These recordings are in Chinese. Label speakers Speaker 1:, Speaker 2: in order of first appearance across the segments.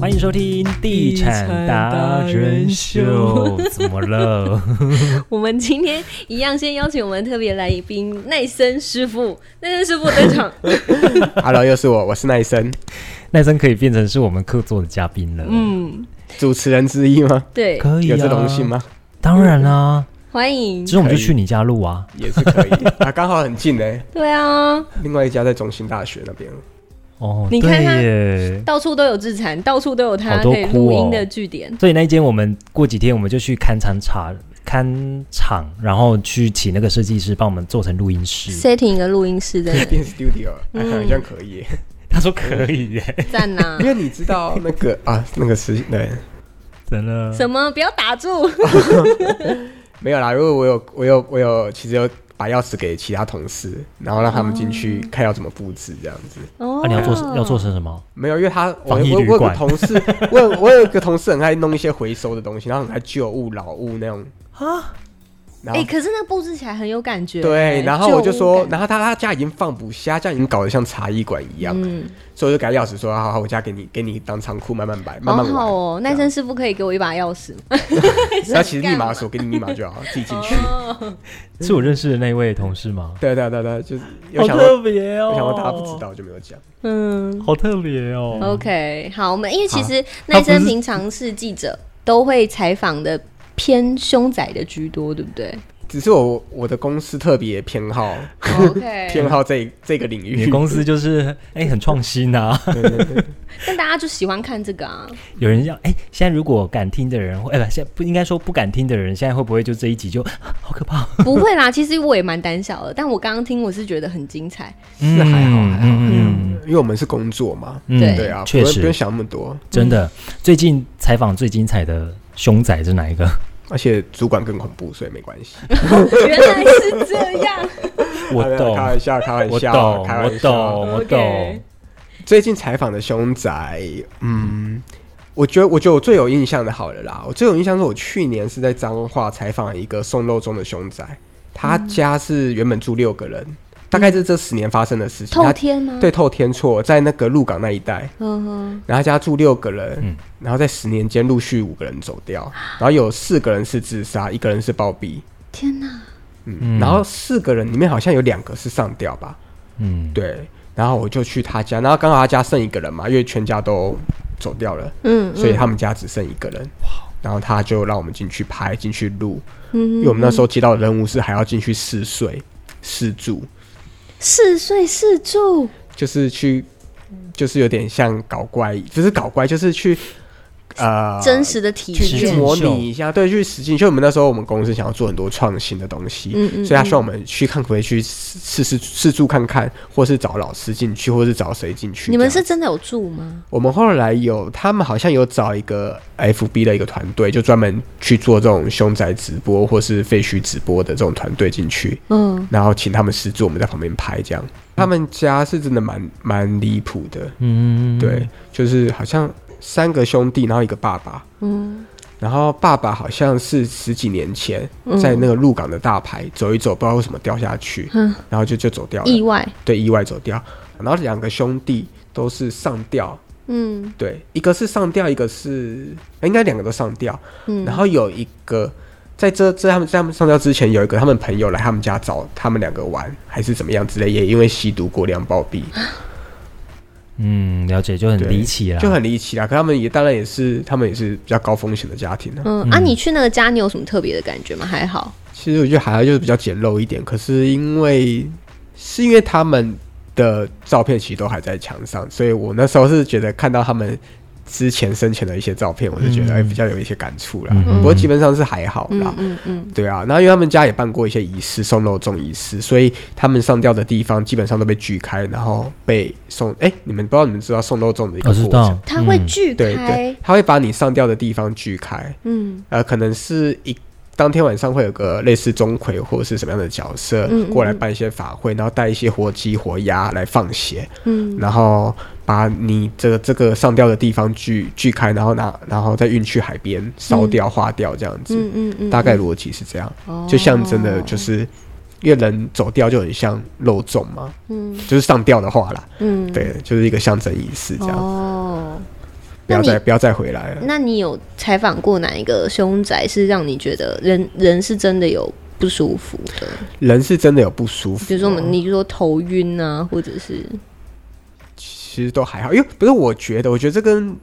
Speaker 1: 欢迎收听《地产达人秀》。怎么了？
Speaker 2: 我们今天一样，先邀请我们特别来宾奈森师傅，奈森师傅登 场。
Speaker 3: Hello，又是我，我是奈森，
Speaker 1: 奈森可以变成是我们客座的嘉宾了。
Speaker 2: 嗯，
Speaker 3: 主持人之一吗？
Speaker 2: 对，
Speaker 1: 可以、啊、
Speaker 3: 有这荣幸？吗？嗯
Speaker 1: 当然啦、
Speaker 2: 欢迎
Speaker 1: 之。后我们就去你家录啊。
Speaker 3: 也是可以 啊，刚好很近呢。
Speaker 2: 对啊，
Speaker 3: 另外一家在中兴大学那边，
Speaker 1: 哦，
Speaker 2: 你看他
Speaker 1: 对耶。
Speaker 2: 到处都有自产，到处都有他
Speaker 1: 好多
Speaker 2: 可以
Speaker 1: 窟
Speaker 2: 录
Speaker 1: 哦
Speaker 2: 音的据点。
Speaker 1: 所以那一间我们过几天我们就去勘察查勘场，然后去请那个设计师帮我们做成录音室。
Speaker 2: setting 一个录音室在
Speaker 3: 可以
Speaker 2: 那里，
Speaker 3: 变 studio，哎
Speaker 2: 嗯
Speaker 3: 好像可以耶。
Speaker 1: 他说可以耶，
Speaker 2: 赞呐、
Speaker 3: 因为你知道那个 啊，那个是对，
Speaker 1: 真的。
Speaker 2: 什么？不要打住！
Speaker 3: 没有啦。如果我有，我有，我有，其实有把钥匙给其他同事，然后让他们进去看要怎么布置这样子。
Speaker 2: 哦
Speaker 1: 那、啊你要做要做成什么？
Speaker 3: 没有，因为他我
Speaker 1: 防疫
Speaker 3: 我我
Speaker 1: 旅
Speaker 3: 有个
Speaker 1: 馆
Speaker 3: 同事，我有我有个同事很爱弄一些回收的东西，然后很爱旧物、老物那种啊。然
Speaker 2: 哎、
Speaker 3: 后
Speaker 2: 可是那布置起来很有感觉。
Speaker 3: 对，然后我就
Speaker 2: 旧
Speaker 3: 说
Speaker 2: 屋，感
Speaker 3: 然后他他家已经放不下，家已经搞得像茶艺馆一样，
Speaker 2: 嗯，
Speaker 3: 所以我就给他钥匙说，好好，我家给你给你当仓库，慢慢摆，慢
Speaker 2: 好
Speaker 3: 慢玩。
Speaker 2: 好哦。
Speaker 3: 这样
Speaker 2: 奈森师傅可以给我一把钥匙吗？
Speaker 3: 那其实密码
Speaker 2: 干嘛
Speaker 3: 锁给你密码就好，自己进 去。
Speaker 2: 哦，
Speaker 1: 是我认识的那一位同事吗？
Speaker 3: 对对对对，就是嗯有
Speaker 1: 好
Speaker 3: 想过，
Speaker 1: 特别哦，
Speaker 3: 有想过大家不知，道就没有讲。
Speaker 2: 嗯
Speaker 1: 好特别哦。
Speaker 2: ，OK，好，我们因为其实
Speaker 1: 他
Speaker 2: 奈
Speaker 1: 不
Speaker 2: 森
Speaker 1: 是
Speaker 2: 平常是记者，都会采访的偏凶宅的居多，对不 对
Speaker 3: 只是我我的公司特别偏好 偏
Speaker 2: 哦？OK，
Speaker 3: 好这这 个领
Speaker 1: 你
Speaker 3: 域
Speaker 1: 的，公司就是哎、很创新啊，
Speaker 2: 但大家就喜欢看这个啊。
Speaker 1: 有人要哎、现在如果敢听的人，哎、不，现在不应该说不敢听的人，现在会不会就这一集就、 啊好可怕？
Speaker 2: 不会啦，其实我也蛮胆小的，但我刚刚听我是觉得很精彩。
Speaker 1: 嗯，
Speaker 3: 还好还好
Speaker 1: 嗯嗯
Speaker 3: 因为我们是工作嘛，
Speaker 1: 嗯，
Speaker 2: 对
Speaker 3: 对啊，不
Speaker 1: 确
Speaker 3: 用不
Speaker 1: 实
Speaker 3: 用想那么多，
Speaker 1: 真的。最近采访最精彩的凶宅是哪一 个？
Speaker 3: 而且主管更恐怖，所以没关系。
Speaker 2: 原来是这样，
Speaker 1: 我
Speaker 3: 啊没有
Speaker 1: 懂
Speaker 3: 开，玩笑，开玩
Speaker 1: 我
Speaker 3: 笑，
Speaker 1: 懂，
Speaker 3: 开
Speaker 1: 我
Speaker 3: 玩笑
Speaker 1: 懂，我
Speaker 2: OK
Speaker 1: 懂。
Speaker 3: 最近采访的凶宅，嗯，我觉得我觉得我最有印象的好了啦，我最有印象是我去年是在彰化采访一个送肉中的凶宅，他家是原本住六个人，大概是这十年发生的事 情。
Speaker 2: 透
Speaker 3: 他
Speaker 2: 天吗？
Speaker 3: 对，透天错在那个鹿港那一带，
Speaker 2: 嗯哼，
Speaker 3: 然后他家住六个人，
Speaker 1: 嗯
Speaker 3: 然后在十年间陆续五个人走掉，然后有四个人是自杀，一个人是暴毙，
Speaker 2: 天哪，
Speaker 1: 嗯
Speaker 3: 嗯，然后四个人里面好像有两个是上吊吧，
Speaker 1: 嗯，
Speaker 3: 对，然后我就去他家，然后刚好他家剩一个人嘛，因为全家都走掉了，
Speaker 2: 嗯，
Speaker 3: 所以他们家只剩一个人。然后他就让我们进去拍、进去录，
Speaker 2: 嗯
Speaker 3: 因为我们那时候接到的任务是还要进去试睡、试住，
Speaker 2: 四岁四住
Speaker 3: 就是去，就是有点像搞怪，不是搞怪，就是去呃
Speaker 2: 真实的体
Speaker 3: 去去
Speaker 2: 验，
Speaker 3: 模拟一下，对，去实际。就我们那时候我们公司想要做很多创新的东西，
Speaker 2: 嗯嗯
Speaker 3: 所以他希望我们去看可不可以去试试试住看看，或是找老师进去，或是找谁进去。
Speaker 2: 你们
Speaker 3: 这样
Speaker 2: 是真的有住吗？
Speaker 3: 我们后来有，他们好像有找一个 FB 的一个团队，就专门去做这种凶宅直播或是废墟直播的这种团队进去，
Speaker 2: 嗯，
Speaker 3: 然后请他们试做，我们在旁边拍这样。他们家是真的蛮蛮离谱的，
Speaker 1: 嗯，
Speaker 3: 对，就是好像三个兄弟，然后一个爸爸，
Speaker 2: 嗯，
Speaker 3: 然后爸爸好像是十几年前
Speaker 2: 嗯
Speaker 3: 在那个鹿港的大牌走一走，不知道为什么掉下去，
Speaker 2: 嗯
Speaker 3: 然后就就走掉
Speaker 2: 意
Speaker 3: 了，
Speaker 2: 外，
Speaker 3: 对，意外走掉。然后两个兄弟都是上吊，
Speaker 2: 嗯
Speaker 3: 对，一个是上吊，一个是呃应该两个都上吊，
Speaker 2: 嗯，
Speaker 3: 然后有一个在这这他们在他们上吊之前，有一个他们朋友来他们家找他们两个玩，还是怎么样之类，也因为吸毒过量暴毙，
Speaker 1: 嗯，了解，就很
Speaker 3: 对
Speaker 1: 离奇啦，
Speaker 3: 就很离奇啦。可他们也当然也是他们也是比较高风险的家庭啊。
Speaker 2: 嗯啊，你去那个家，你有什么特别的感觉吗？还好，
Speaker 3: 其实我觉得海外就是比较简陋一点，可是因为是因为他们的照片其实都还在墙上，所以我那时候是觉得看到他们之前生前的一些照片，我就觉得
Speaker 1: 嗯
Speaker 3: 哎、比较有一些感触啦。
Speaker 1: 嗯
Speaker 3: 不过基本上是还好啦。
Speaker 2: 嗯嗯嗯，
Speaker 3: 对啊，然后因为他们家也办过一些仪式，送肉粽仪式，所以他们上吊的地方基本上都被锯开，然后被送。哎，你们不知道你们知道送肉粽的一个
Speaker 1: 我
Speaker 3: 过
Speaker 1: 哦知
Speaker 3: 程，
Speaker 1: 道，
Speaker 2: 他会
Speaker 1: 嗯
Speaker 2: 锯
Speaker 3: 对
Speaker 2: 开
Speaker 3: 对，，他会把你上吊的地方锯开，
Speaker 2: 嗯
Speaker 3: 呃，可能是一当天晚上会有个类似钟馗或者是什么样的角色
Speaker 2: 嗯嗯
Speaker 3: 过来办一些法会，然后带一些活鸡活鸭来放血，
Speaker 2: 嗯
Speaker 3: 然后把你这个这个上吊的地方锯锯开，然后拿然后再运去海边烧掉化掉这样子。
Speaker 2: 嗯嗯嗯，
Speaker 3: 大概逻辑是这样，
Speaker 2: 哦
Speaker 3: 就象征的就是，因为人走掉就很像肉粽嘛，
Speaker 2: 嗯
Speaker 3: 就是上吊的话啦，
Speaker 2: 嗯
Speaker 3: 对，就是一个象征仪式这样。
Speaker 2: 哦，那
Speaker 3: 不要
Speaker 2: 你嗯
Speaker 3: 再不要再回来了。
Speaker 2: 那你有采访过哪一个凶宅是让你觉得人人是真的有不舒服的？
Speaker 3: 人是真的有不舒服，
Speaker 2: 比如说我们，你就说头晕啊，或者是
Speaker 3: 其实都还好，因为不是我觉得，我觉得这跟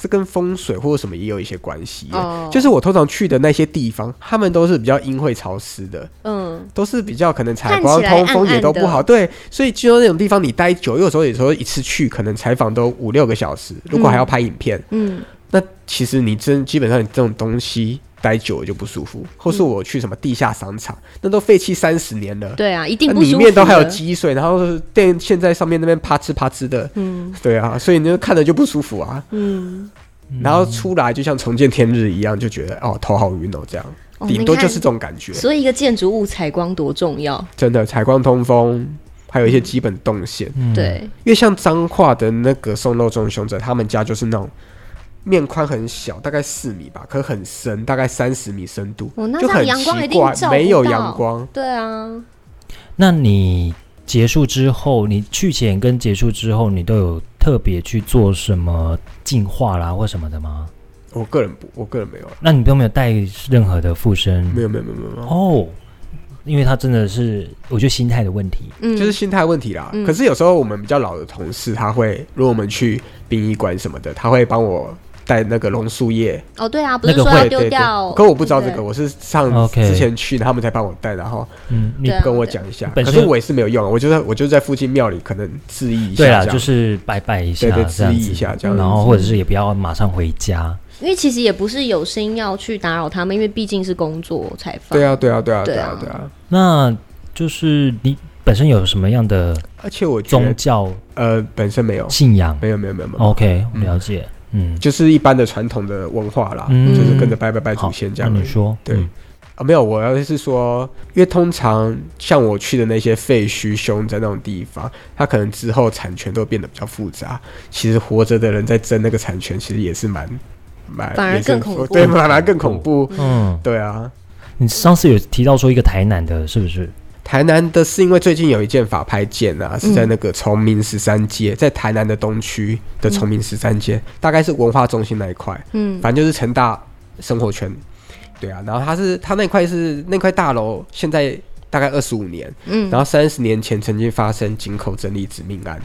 Speaker 3: 这跟风水或者什么也有一些关系耶。
Speaker 2: 哦
Speaker 3: 就是我通常去的那些地方，他们都是比较阴晦潮湿的，
Speaker 2: 嗯，
Speaker 3: 都是比较可能采
Speaker 2: 看
Speaker 3: 光
Speaker 2: 起来
Speaker 3: 通风
Speaker 2: 暗
Speaker 3: 也
Speaker 2: 暗
Speaker 3: 都不
Speaker 2: 的
Speaker 3: 好，对，所以去到那种地方你待久，有时候有时候一次去可能采访都五六个小时，如果还要拍影片，
Speaker 2: 嗯，
Speaker 3: 那其实你真基本上你这种东西待久了就不舒服，或是我去什么地下商场，那都废弃三十年了，
Speaker 2: 对啊，一定
Speaker 3: 那
Speaker 2: 不舒服
Speaker 3: 里
Speaker 2: 的。
Speaker 3: 面都还有积水，然后电现在上面那边啪哧啪哧的，
Speaker 2: 嗯
Speaker 3: 对啊，所以你就看着就不舒服啊，
Speaker 2: 嗯，
Speaker 3: 然后出来就像重见天日一样，就觉得哦头好晕哦这样，
Speaker 2: 哦
Speaker 3: 顶
Speaker 2: 你
Speaker 3: 多
Speaker 2: 看
Speaker 3: 就是这种感觉，
Speaker 2: 所以一个建筑物采光多重要？
Speaker 3: 真的采光通风，还有一些基本动线，
Speaker 1: 嗯，
Speaker 2: 对，
Speaker 3: 因为像彰化的那个送肉粽凶者，他们家就是那种面宽很小，大概四米吧，可很深，大概三十米深度，
Speaker 2: 哦那
Speaker 3: 就
Speaker 2: 这样
Speaker 3: 很
Speaker 2: 阳光
Speaker 3: 奇
Speaker 2: 一定
Speaker 3: 怪
Speaker 2: 照，不
Speaker 3: 没有
Speaker 2: 到
Speaker 3: 阳光。
Speaker 2: 对啊，
Speaker 1: 那你结束之后，你去前跟结束之后，你都有特别去做什么净化啦或什么的吗？
Speaker 3: 我个人不，我个人没有了，
Speaker 1: 那你都没有带任何的附身？
Speaker 3: 没有没有没有没有没有，
Speaker 1: 哦，因为他真的是，我觉得心态的问题。
Speaker 2: 嗯，
Speaker 3: 就是心态问题啦。
Speaker 2: 嗯
Speaker 3: 可是有时候我们比较老的同事，他会如果我们去殡仪馆什么的，他会帮我带那个榕树叶，
Speaker 2: 哦，对啊，不
Speaker 1: 那
Speaker 2: 是
Speaker 1: 个
Speaker 2: 说
Speaker 1: 会
Speaker 2: 要
Speaker 3: 对
Speaker 2: 丢
Speaker 3: 对对
Speaker 2: 掉，。
Speaker 3: 可我不知道这
Speaker 2: 对
Speaker 3: 个，我是上
Speaker 1: OK
Speaker 3: 之前去，他们才帮我带，然后
Speaker 1: 嗯，你
Speaker 2: 对啊
Speaker 3: 跟我讲一下。
Speaker 1: 本
Speaker 3: 可
Speaker 1: 身
Speaker 3: 是我也是没有用啊，我就在我就在附近庙里可能致意一下
Speaker 1: 对
Speaker 3: 这
Speaker 1: 啦，
Speaker 3: 样。
Speaker 1: 就是拜拜一下
Speaker 3: 对对，
Speaker 1: 这
Speaker 3: 质
Speaker 1: 样
Speaker 3: 疑一
Speaker 1: 子，
Speaker 3: 下这样。
Speaker 1: 然后或者是也不要马上回家。
Speaker 2: 因为其实也不是有心要去打扰他们，因为毕竟是工作采访。
Speaker 3: 对啊，对啊，对啊，
Speaker 2: 对
Speaker 3: 对
Speaker 2: 啊
Speaker 3: 啊，对啊。
Speaker 1: 那就是你本身有什么样的
Speaker 3: 而且我觉
Speaker 1: 宗
Speaker 3: 得，
Speaker 1: 教
Speaker 3: 呃，本身没有，
Speaker 1: 信仰
Speaker 3: 没有，没有，没有，没有，
Speaker 1: ？OK，
Speaker 3: 嗯
Speaker 1: 了解。嗯，
Speaker 3: 就是一般的传统的文化啦，
Speaker 1: 嗯
Speaker 3: 就是跟着拜拜拜
Speaker 1: 好
Speaker 3: 祖先，这
Speaker 1: 那
Speaker 3: 样而
Speaker 1: 你
Speaker 3: 已。
Speaker 1: 说，
Speaker 3: 对
Speaker 1: 嗯
Speaker 3: 啊，没有，我要是说，因为通常像我去的那些废墟、凶宅那种地方，它可能之后产权都变得比较复杂。其实活着的人在争那个产权，其实也是蛮蛮，
Speaker 2: 反而
Speaker 3: 也是
Speaker 2: 更恐怖
Speaker 3: 对，反而更恐怖。
Speaker 1: 嗯，
Speaker 3: 对啊，
Speaker 1: 你上次有提到说一个台南的，是不是？
Speaker 3: 台南的是因为最近有一件法拍件
Speaker 2: 嗯
Speaker 3: 啊，是在那个崇明十三街，在台南的东区的崇明十三街，大概是文化中心那一块，
Speaker 2: 嗯，
Speaker 3: 反正就是成大生活圈。对啊，然后它是它那块是那块大楼，现在大概二十五年，
Speaker 2: 嗯
Speaker 3: 然后三十年前曾经发生井口整理致命案，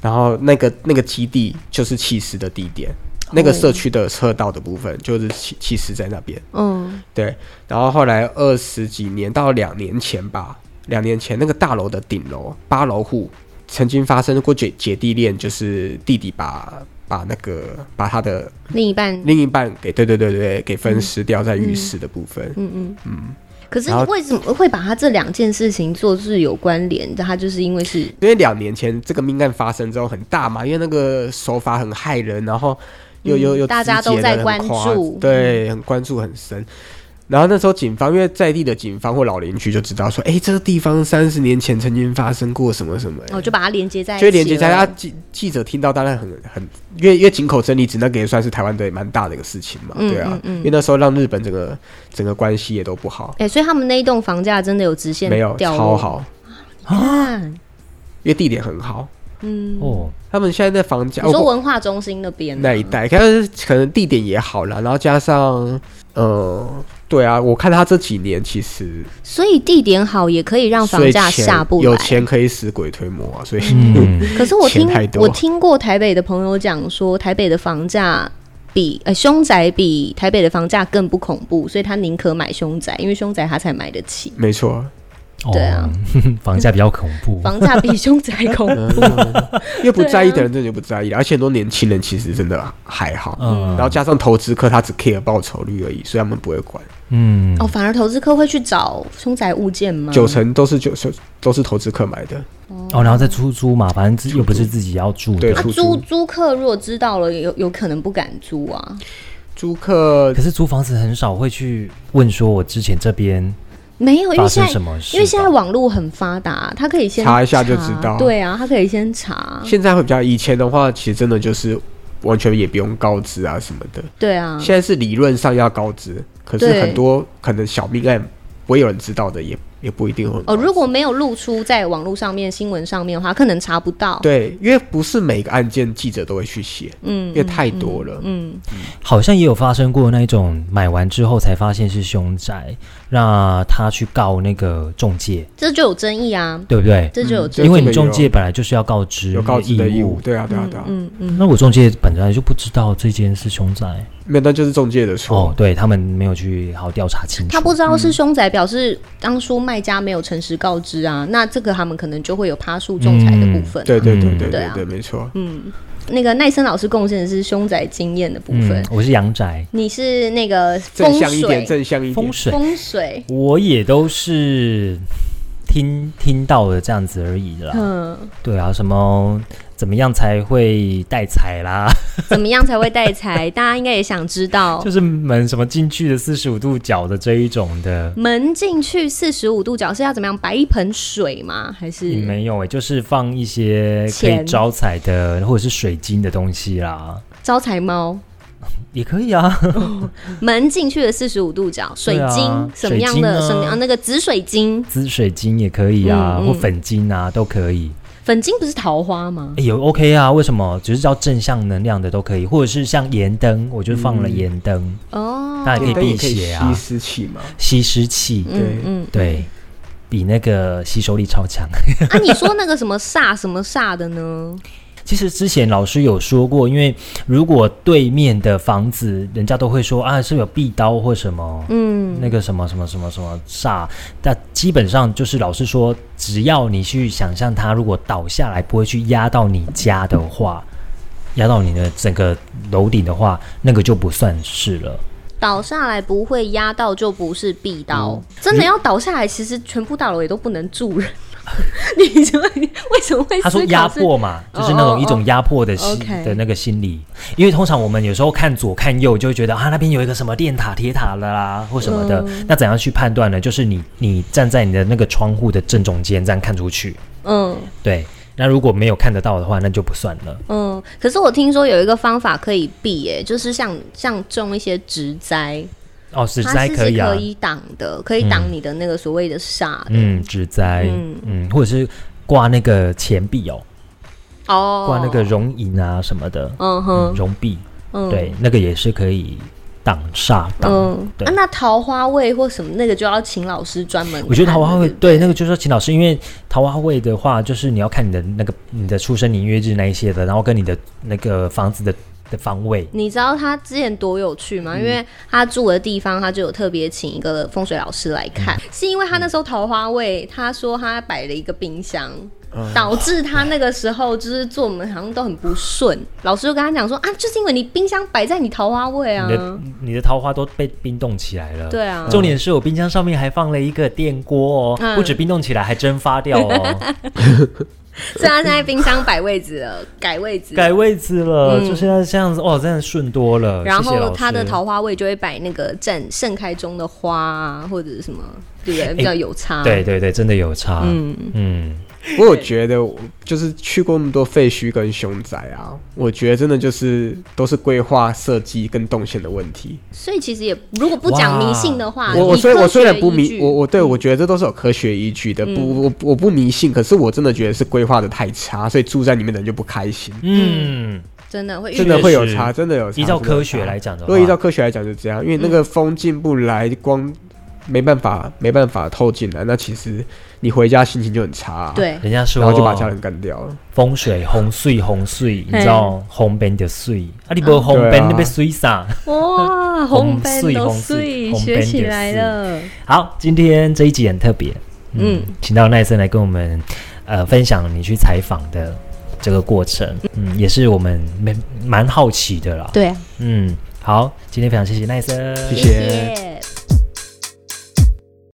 Speaker 3: 然后那个那个基地就是弃尸的地点，那
Speaker 2: 哦
Speaker 3: 个社区的车道的部分就是弃弃尸在那边。
Speaker 2: 嗯
Speaker 3: 对，然后后来二十几年到两年前吧，两年前那个大楼的顶楼八楼户曾经发生过姐姐弟恋，就是弟弟把把那个把他的
Speaker 2: 另一半，
Speaker 3: 另一半给对对对对给分尸掉在浴室的部分。
Speaker 2: 嗯嗯嗯。可是
Speaker 3: 然后
Speaker 2: 为什么会把他这两件事情做是有关联的？他就是因为是
Speaker 3: 因为两年前这个命案发生之后很大嘛，因为那个手法很害人，然后又又
Speaker 2: 嗯
Speaker 3: 又
Speaker 2: 大家
Speaker 3: 肢解
Speaker 2: 都在
Speaker 3: 得很
Speaker 2: 关
Speaker 3: 夸
Speaker 2: 注嗯
Speaker 3: 对，很关注很深。然后那时候警方，因为在地的警方或老邻居就知道说，哎，这个地方三十年前曾经发生过什么什么，
Speaker 2: 哦，就把它连接在一起
Speaker 3: 就
Speaker 2: 了，
Speaker 3: 连接在啊他记记者听到，当然很很，因为因为井口真理子那个也算是台湾的蛮大的一个事情嘛，
Speaker 2: 嗯
Speaker 3: 对啊，
Speaker 2: 嗯嗯
Speaker 3: 因为那时候让日本整个整个关系也都不好，
Speaker 2: 哎、所以他们那一栋房价真的有直线
Speaker 3: 没有
Speaker 2: 掉
Speaker 3: 超
Speaker 2: 落，
Speaker 3: 好，
Speaker 2: 看，
Speaker 3: 因为地点很好，
Speaker 2: 嗯，
Speaker 1: 哦，
Speaker 3: 他们现在在房价
Speaker 2: 你说
Speaker 3: 哦
Speaker 2: 文化中心那边吗
Speaker 3: 那一带，但是可能地点也好了，然后加上呃，对啊，我看他这几年其实
Speaker 2: 所以地点好也可以让房价
Speaker 3: 所以钱
Speaker 2: 下不来。
Speaker 3: 有钱可以使鬼推磨啊，所以、
Speaker 1: 嗯，
Speaker 2: 可是我
Speaker 3: 钱
Speaker 2: 听
Speaker 3: 太多
Speaker 2: 我听过台北的朋友讲说，台北的房价比呃凶宅比台北的房价更不恐怖，所以他宁可买凶宅，因为凶宅他才买得起。
Speaker 3: 没错，
Speaker 1: 哦
Speaker 2: 对啊，
Speaker 1: 房价比较恐怖。
Speaker 2: 房价比凶宅恐怖，
Speaker 3: 因为嗯不在意的人
Speaker 2: 啊
Speaker 3: 真的就不在意了，而且很多年轻人其实真的还好，
Speaker 1: 嗯
Speaker 3: 然后加上投资客他只 care 报酬率而已，所以他们不会管，
Speaker 1: 嗯
Speaker 2: 哦，反而投资客会去找凶宅物件吗？
Speaker 3: 九成都是九成都是投资客买的，
Speaker 1: 哦，然后再出租嘛，反正自
Speaker 3: 出租
Speaker 1: 又不是自己要住
Speaker 3: 对
Speaker 1: 的。
Speaker 2: 啊，
Speaker 3: 出
Speaker 2: 租
Speaker 3: 租
Speaker 2: 租客如果知道了，有有可能不敢租啊。
Speaker 3: 租客
Speaker 1: 可是租房子很少会去问说，我之前这边
Speaker 2: 没哦有，因
Speaker 1: 发
Speaker 2: 为现
Speaker 1: 生
Speaker 2: 在
Speaker 1: 什么事吧？
Speaker 2: 因为现在网络很发达，他可以先
Speaker 3: 查一下就知道
Speaker 2: 对啊，他可以先查。
Speaker 3: 现在会比较，以前的话其实真的就是完全也不用告知啊什么的，
Speaker 2: 对啊，
Speaker 3: 现在是理论上要告知，可是
Speaker 2: 对
Speaker 3: 很多可能小命案不会有人知道的，也也不一定会很
Speaker 2: 哦，
Speaker 3: 高
Speaker 2: 如果没有露出在网络上面、新闻上面的话，可能查不到。
Speaker 3: 对，因为不是每个案件记者都会去写，
Speaker 2: 嗯，
Speaker 3: 因为太多了。
Speaker 2: 嗯，
Speaker 1: 好像也有发生过那种买完之后才发现是凶宅，那他去告那个中介，
Speaker 2: 这就有争议啊，
Speaker 1: 对不对？
Speaker 2: 这就有争
Speaker 3: 嗯对
Speaker 2: 议。
Speaker 1: 因为
Speaker 3: 这
Speaker 1: 你
Speaker 3: 个
Speaker 1: 中
Speaker 3: 有
Speaker 1: 介本来就是要告知
Speaker 3: 有告知的义
Speaker 1: 务
Speaker 3: 务，，对啊，对啊，对啊，
Speaker 2: 嗯嗯，
Speaker 1: 那我中介本来就不知道这间是凶宅
Speaker 3: 没有，那就是中介的错。
Speaker 1: 哦，对他们没有去好好调查清楚。
Speaker 2: 他不知道是凶宅，表示当初卖家没有诚实告知啊，那这个他们可能就会有趴树仲裁的部分。
Speaker 3: 对对对
Speaker 1: 嗯
Speaker 3: 对
Speaker 2: 对
Speaker 3: 对
Speaker 2: 啊
Speaker 3: 对，没错。
Speaker 2: 那个奈森老师贡献的是凶宅经验的部分，
Speaker 1: 嗯，我是阳宅，
Speaker 2: 你是那个
Speaker 3: 正
Speaker 2: 风
Speaker 3: 向一点，
Speaker 2: 水，
Speaker 3: 正向一点
Speaker 1: 风。水
Speaker 2: 风水，
Speaker 1: 我也都是听听到的这样子而已啦。
Speaker 2: 嗯，
Speaker 1: 对啊，什么怎么样才会带财啦？
Speaker 2: 怎么样才会带财？大家应该也想知道
Speaker 1: 就。是门什么进去的四十五度角的这一种的。
Speaker 2: 门进去四十五度角是要怎么样？摆一盆水吗？还是
Speaker 1: 嗯没有诶、就是放一些可以
Speaker 2: 钱
Speaker 1: 招财的或者是水晶的东西啦，
Speaker 2: 招财猫？
Speaker 1: 也可以啊。
Speaker 2: 嗯门进去的四十五度角，水
Speaker 1: 对啊
Speaker 2: 晶、什么样的？
Speaker 1: 水晶啊
Speaker 2: 什么样那个紫水晶？
Speaker 1: 紫水晶也可以啊，
Speaker 2: 嗯嗯
Speaker 1: 或粉晶啊都可以。
Speaker 2: 粉晶不是桃花吗？
Speaker 1: 诶有 OK 啊？为什么？只是叫正向能量的都可以，或者是像盐灯，我就放了盐灯、
Speaker 2: 哦，
Speaker 1: 那也可以
Speaker 3: 但嗯也可以
Speaker 1: 辟邪啊
Speaker 3: 吸湿气嘛，
Speaker 1: 吸湿器，
Speaker 2: 嗯嗯，
Speaker 1: 对，比那个吸收力超强。
Speaker 2: 啊，你说那个什么煞什么煞的呢？
Speaker 1: 其实之前老师有说过，因为如果对面的房子，人家都会说啊是有壁刀或什么。
Speaker 2: 嗯，
Speaker 1: 那个什么什么什么什么煞，但基本上就是老师说，只要你去想象它如果倒下来不会去压到你家的话，压到你的整个楼顶的话，那个就不算是了。
Speaker 2: 倒下来不会压到就不是必刀，
Speaker 1: 嗯
Speaker 2: 真的要倒下来，其实全部大楼也都不能住 人。你就会为什么会
Speaker 1: 他说
Speaker 2: 思
Speaker 1: 压
Speaker 2: 考是？
Speaker 1: 迫嘛，就是那
Speaker 2: 哦哦
Speaker 1: 种一种压迫的
Speaker 2: 哦
Speaker 1: 心
Speaker 2: ，OK
Speaker 1: 的那个心理，因为通常我们有时候看左看右就会觉得啊那边有一个什么电塔、铁塔了啦或什么的，
Speaker 2: 嗯
Speaker 1: 那怎样去判断呢？就是你你站在你的那个窗户的正中间这样看出去，
Speaker 2: 嗯
Speaker 1: 对。那如果没有看得到的话，那就不算了。
Speaker 2: 嗯，可是我听说有一个方法可以避、耶，就是像像种一些植栽，
Speaker 1: 哦，植
Speaker 2: 它
Speaker 1: 栽
Speaker 2: 是
Speaker 1: 可以啊
Speaker 2: 可，以挡的，可以挡你的那个所谓的煞的。
Speaker 1: 嗯，植栽，
Speaker 2: 嗯
Speaker 1: 嗯或者是挂那个钱币哦，
Speaker 2: 哦，
Speaker 1: 挂那个，熔银啊什么的，
Speaker 2: 嗯
Speaker 1: 嗯，
Speaker 2: 哼，
Speaker 1: 熔币，
Speaker 2: 嗯，
Speaker 1: 对，那个也是可以挡煞挡。
Speaker 2: 嗯，
Speaker 1: 对
Speaker 2: 啊，那桃花味或什么那个就要请老师专门看了。
Speaker 1: 我觉得桃花会
Speaker 2: 对不
Speaker 1: 对那个就是说，秦老师，因为桃花会的话，就是你要看你的那个你的出生年月日那一些的，然后跟你的那个房子的的方位，
Speaker 2: 你知道他之前多有趣
Speaker 1: 嗯
Speaker 2: 吗？因为他住的地方，他就有特别请一个风水老师来看，
Speaker 1: 嗯
Speaker 2: 是因为他那时候桃花位，他说他摆了一个冰箱，
Speaker 3: 嗯
Speaker 2: 导致他那个时候就是做我们好像都很不顺。老师就跟他讲说啊，就是因为你冰箱摆在你桃花位啊
Speaker 1: 你，的嗯你的桃花都被冰冻起来了。
Speaker 2: 对啊，
Speaker 1: 重点是我冰箱上面还放了一个电锅哦，
Speaker 2: 嗯
Speaker 1: 不止冰冻起来，还蒸发掉 哦，
Speaker 2: 所以他现在冰箱摆位置了，改 位置。
Speaker 1: 改位置了，
Speaker 2: 嗯
Speaker 1: 就现在这样子，哇，真的顺多了。
Speaker 2: 然
Speaker 1: 谢谢
Speaker 2: 后
Speaker 1: 老师
Speaker 2: 他的桃花位就会摆那个正盛开中的花啊，或者是什么，对不对？比较有差。
Speaker 1: 哎
Speaker 2: 啊
Speaker 1: 对，对对，真的有差。
Speaker 2: 嗯，
Speaker 1: 嗯，
Speaker 3: 我有觉得我就是去过那么多废墟跟凶宅啊，我觉得真的就是都是规划设计跟动线的问题。
Speaker 2: 所以其实也如果不讲迷信的话，
Speaker 3: 我我
Speaker 2: 啊以
Speaker 3: 虽
Speaker 2: 科
Speaker 3: 我虽然
Speaker 2: 学
Speaker 3: 不
Speaker 2: 依
Speaker 3: 迷
Speaker 2: 据嗯
Speaker 3: 我我对我觉得这都是有科学依据的，不我我不迷信，可是我真的觉得是规划的太差，所以住在里面的人就不开心。
Speaker 1: 嗯，
Speaker 2: 真的会遇
Speaker 3: 真的会有
Speaker 1: 确
Speaker 3: 差，
Speaker 1: 实
Speaker 3: 真的有差。
Speaker 1: 依照
Speaker 3: 真的有
Speaker 1: 科学
Speaker 3: 差
Speaker 1: 来讲的
Speaker 3: 如
Speaker 1: 话，
Speaker 3: 果依照科学来讲就这样，因
Speaker 2: 嗯
Speaker 3: 为那个风进不来，光没办法没办法透进来，那其实你回家心情就很差、啊，，
Speaker 2: 对
Speaker 1: 人家说
Speaker 3: 然后就把家人干掉了。
Speaker 1: 风水红水红水，你
Speaker 2: 嘿嗯
Speaker 1: 知道红边的水，啊你不红
Speaker 3: 对
Speaker 1: 边
Speaker 3: 啊
Speaker 1: 你被水啥？
Speaker 2: 哇，红
Speaker 1: 红
Speaker 2: 斑
Speaker 1: 碎
Speaker 2: 都
Speaker 1: 红碎
Speaker 2: 碎，
Speaker 1: 红
Speaker 2: 学
Speaker 1: 斑
Speaker 2: 起
Speaker 1: 就
Speaker 2: 来
Speaker 1: 碎
Speaker 2: 了。
Speaker 1: 好，今天这一集很特别，嗯，
Speaker 2: 嗯
Speaker 1: 请到奈森来跟我们呃分享你去采访的这个过程，嗯，也是我们蛮蛮好奇的啦，
Speaker 2: 对啊，
Speaker 1: 嗯，好，今天非常谢谢奈森，
Speaker 3: 谢
Speaker 2: 谢谢。